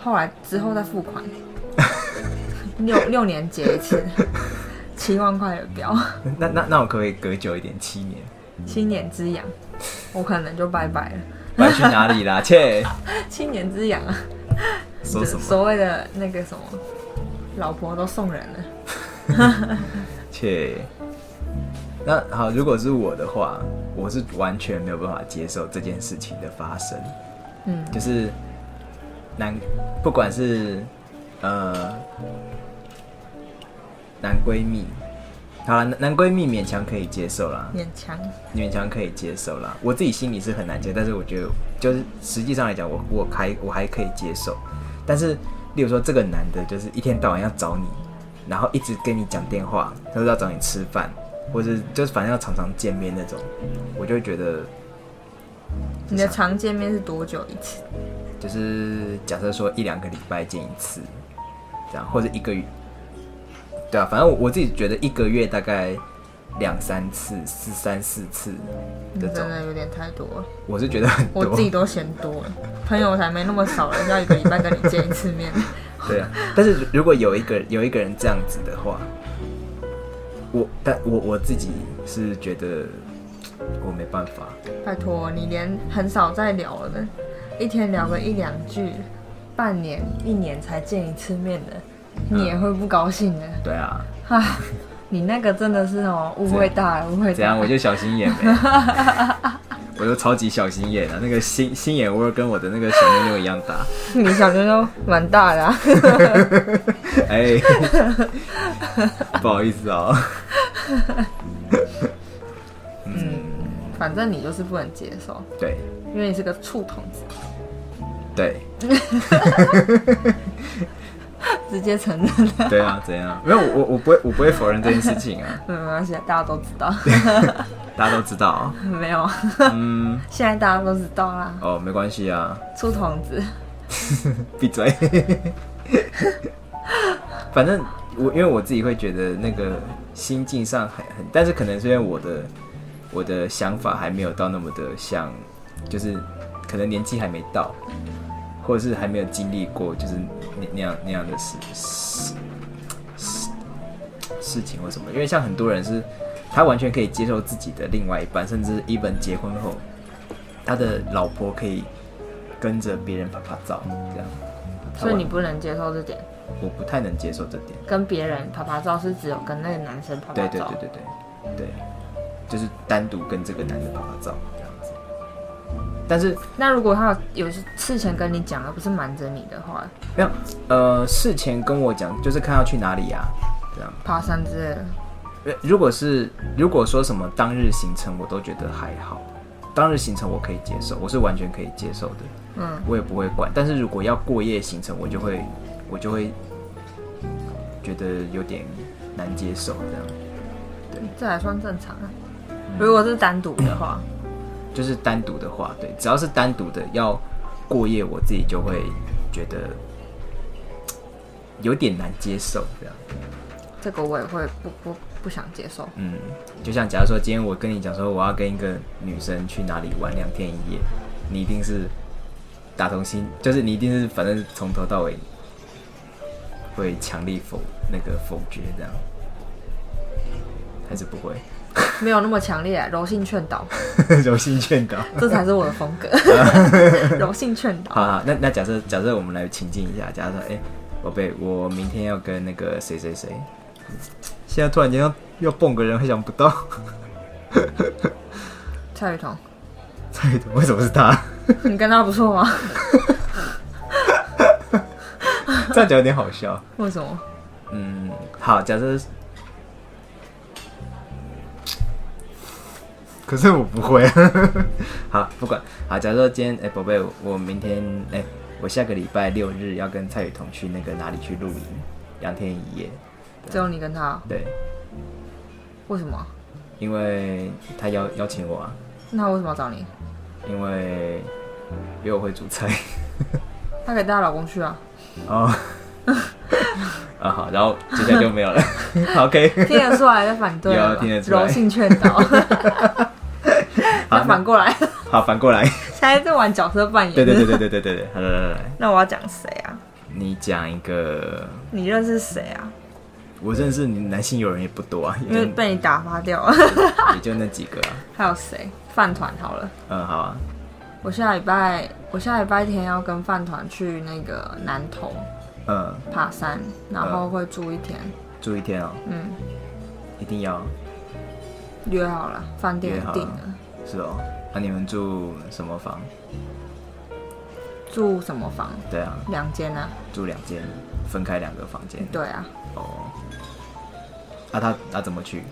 后来之后再付 款，六六年结一次，七万块的表，那那那我可不可以隔久一点，七年？七年之痒，我可能就拜拜了。白去哪里 啦？切，七年之痒啊，说什么？所谓的那个什么，老婆都送人了，切。那好，如果是我的话，我是完全没有办法接受这件事情的发生。嗯，就是男，不管是呃男闺蜜，好了，男男闺蜜勉强可以接受啦，勉强。勉强可以接受啦。我自己心里是很难接，但是我觉得就是实际上来讲，我我还我还可以接受。但是，例如说这个男的，就是一天到晚要找你，然后一直跟你讲电话，他说要找你吃饭，或者就是反正要常常见面那种，我就会觉得你的常见面是多久一次？就是假设说一两个礼拜见一次，这样或者一个月，对啊，反正我我自己觉得一个月大概两三次、四三四次你这嗯真种，的有点太多了，我是觉得很我多自，己都嫌多了，朋友才没那么少人要一个礼拜跟你见一次面。 对啊。但是如果有一个有一个人这样子的话，我但我我自己是觉得我没办法，拜托，你连很少在聊了的，一天聊个一两句，半年、一年才见一次面的，嗯你也会不高兴的。对啊，唉，你那个真的是哦，误会大了，误会怎大样我了。就小心眼呗。我就超级小心眼啊，那个心心眼窝跟我的那个小妞妞一样大。你小妞妞蛮大的、啊，哎， 不好意思哦。反正你就是不能接受，对因为你是个触筒子，对直接承认 了。对啊，怎样？没有我我不会我不会否认这件事情啊，没关系啊，大家都知道， 大家都知道啊、没有，嗯， 现在大家都知道啦。哦，没关系啊，触筒子，闭嘴。反正我因为我自己会觉得那个心境上很很，但是可能是因为我的我的想法还没有到那么的像，就是可能年纪还没到，或者是还没有经历过，就是那那样那样的事事事事情或什么。因为像很多人是，他完全可以接受自己的另外一半，甚至 even 结婚后，他的老婆可以跟着别人拍拍照这样。所以你不能接受这点，我不太能接受这点。跟别人拍拍照是只有跟那个男生拍拍对照。对对对对对，就是单独跟这个男的拍拍照这样子。但是那如果他有有事前跟你讲，而不是瞒着你的话，没有，呃，事前跟我讲就是看要去哪里啊，这样。爬山之类的。呃如果是如果说什么当日行程，我都觉得还好。当日行程我可以接受，我是完全可以接受的，嗯，我也不会管。但是如果要过夜行程，我就会我就会觉得有点难接受，这样这还算正常啊。嗯如果是单独的话，就是单独的话，对，只要是单独的要过夜，我自己就会觉得嘖有点难接受，这样。这个我也会不不不想接受。嗯，就像假如说今天我跟你讲说我要跟一个女生去哪里玩两天一夜，你一定是打从心，就是你一定是反正从头到尾会强力否那个否决这样，还是不会没有那么强烈、啊，柔性劝导，柔性劝导。这才是我的风 格。柔性劝导，好好，那那假设假设我们来情境一下，假设说，哎、宝贝，我明天要跟那个谁谁谁，现在突然间要要蹦个人，会想不到， 蔡雨桐，蔡雨桐为什么是他？ 你跟他不错吗？ 这样讲有点好笑。为什么？嗯，好，假设。可是我不会。好，不管。好，假设今天，哎、宝贝，我明天，哎、我下个礼拜六日要跟蔡雨桐去那个哪里去露营，两天一夜。只有你跟他？对，为什么？因为他邀邀请我啊，那他为什么要找你？因为因为我会煮菜。 他可以带她老公去啊。哦， 啊好，然后接下来就没有了。 好 OK， 听得出来在反对了吧，有听得出来柔性劝 导，好那反过来，好反过来， 现在在玩角色扮演。对对对对对对对对，好来来来来，那我要讲谁啊？你讲一个。你认识谁啊？我认识你男性友人也不多啊，因也为就被你打发掉了。 也就那几个啊。还有谁？饭团好了，嗯，好啊，我下礼拜我下礼拜天要跟饭团去那个南投嗯，爬山，然呃后会住一天。住一天哦，嗯，一定要约好了，饭店约好也了定了。是哦。那、你们住什么房？住什么房？对啊，两间啊？住两间，分开两个房间。对啊，哦。那、他他怎么去？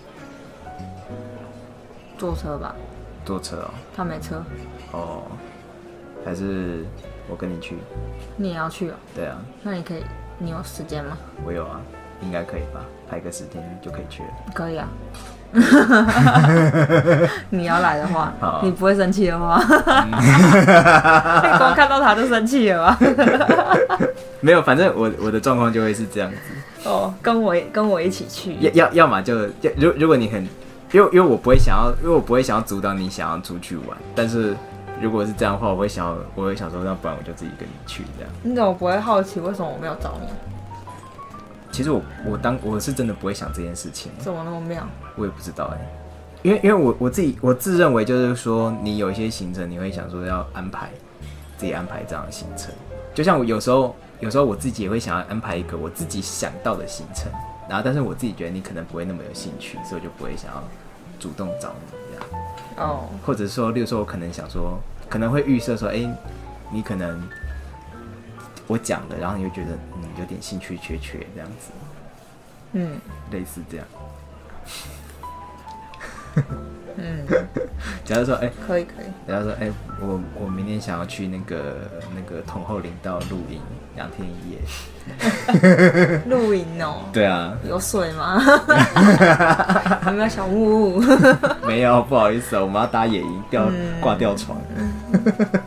坐车吧。坐车哦，他没车，哦，还是我跟你去？你也要去哦？对啊，那你可以，你有时间吗？我有啊，应该可以吧？排个时间就可以去了。可以啊。 你要来的话好，你不会生气的话， 你光看到他就生气了啊吧？没有，反正我我的状况就会是这样子。哦，跟我跟我一起去，要要要么就要如如果你很，因为因为我不会想要，因为我不会想要阻挡你想要出去玩，但是如果是这样的话，我会想要，我会想说，那不然我就自己跟你去这样。你怎么不会好奇为什么我没有找你？其实我我当我是真的不会想这件事情，怎么那么妙？我也不知道哎、因为因为我我自己我自认为就是说，你有一些行程你会想说要安排自己安排这样的行程，就像我有时候有时候我自己也会想要安排一个我自己想到的行程，然后但是我自己觉得你可能不会那么有兴趣，所以我就不会想要主动找你这样。哦，或者说，例如说，我可能想说，可能会预设说，哎、你可能我讲了，然后你就觉得嗯有点兴趣缺缺这样子，嗯类似这样。嗯，假如说，哎、可以可以，假如说，哎、我我明天想要去那个那个统后林道露营两天一夜。露营哦， 对啊，有水吗？ 有没有小木屋？ 没有，不好意思、哦，我们要搭野营，吊嗯挂吊床。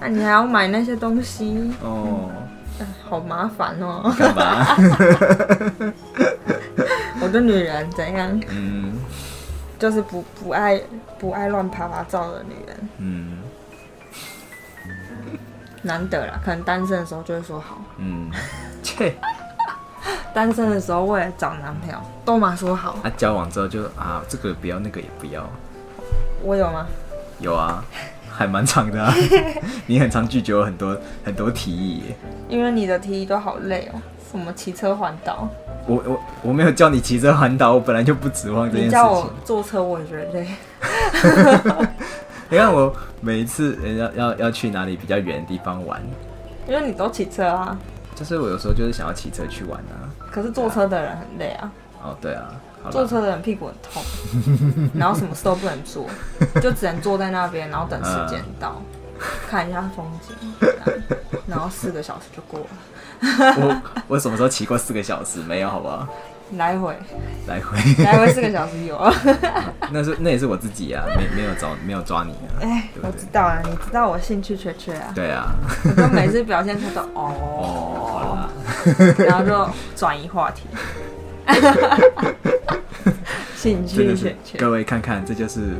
那你还要买那些东西，哦，哎好麻烦哦。干嘛？我的女人怎样？ 嗯就是不不爱不爱乱爬爬照的女人，嗯难得啦。可能单身的时候就会说好，嗯，切。单身的时候为了找男朋友都嘛说好。啊，交往之后就啊，这个不要，那个也不要。我有吗？有 啊，还蛮长的、 啊。你很常拒绝我很多很多提议耶。因为你的提议都好累哦，什么骑车环岛，我我我没有叫你骑车环岛，我本来就不指望这件你事叫我情。坐车我也觉得累。你看我每一次人家要要去哪里比较远的地方玩，因为你都骑车啊，就是我有时候就是想要骑车去玩啊。可是坐车的人很累啊。哦，对啊，好坐了，车的人屁股很痛， 然后什么事都不能做，就只能坐在那边，然后等时间到，嗯看一下风景，这 样然后四个小时就过了，我我什么时候骑过四个小时？没有，好不好？ 来回来回，来回四个小时有。啊 那是那也是我自己啊，没没有找没有抓你啊，哎，对我不知对？道啊，你知道我兴趣缺缺 啊，对啊，我就每次表现出的哦，哦，好啦，然后就转移 话题。兴真趣的是缺缺，各位看看，这就是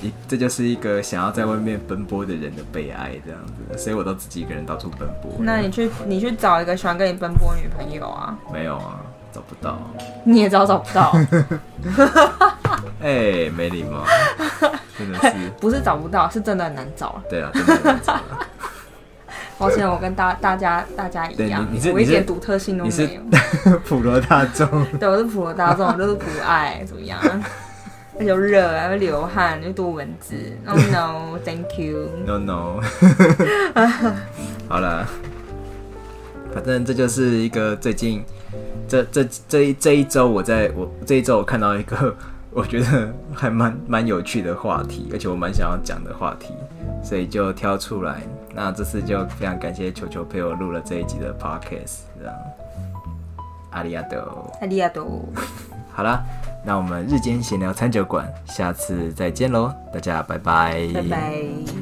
一这就是一个想要在外面奔波的人的悲哀，这样子，所以我都自己一个人到处奔波。那你去你去找一个喜欢跟你奔波的女朋友啊，没有啊？找不到，你也找找 不到，哎、没礼 貌，真的是，不是找不到，是真的很难找啊。对啊，真的很糟啊。 抱歉，我跟大大家大家一样对，你你是我一你点是独特性都你是 没有。普罗大众，对，我是普罗大众，我就是普爱，怎 么样？那就热，然后流汗，又多蚊子。Oh no，thank you。 No no，好了，反正这就是一个最近这这这一这一周我在我这一周我看到一个 我觉得还蛮蛮有趣的话题，而且我蛮想要讲的话题，所以就挑出来。那这次就非常感谢球球陪我录了这一集的 podcast，这样，阿里亚多。阿利亚多，好啦，那我们日间闲聊餐酒馆，下次再见喽，大家拜拜，拜拜。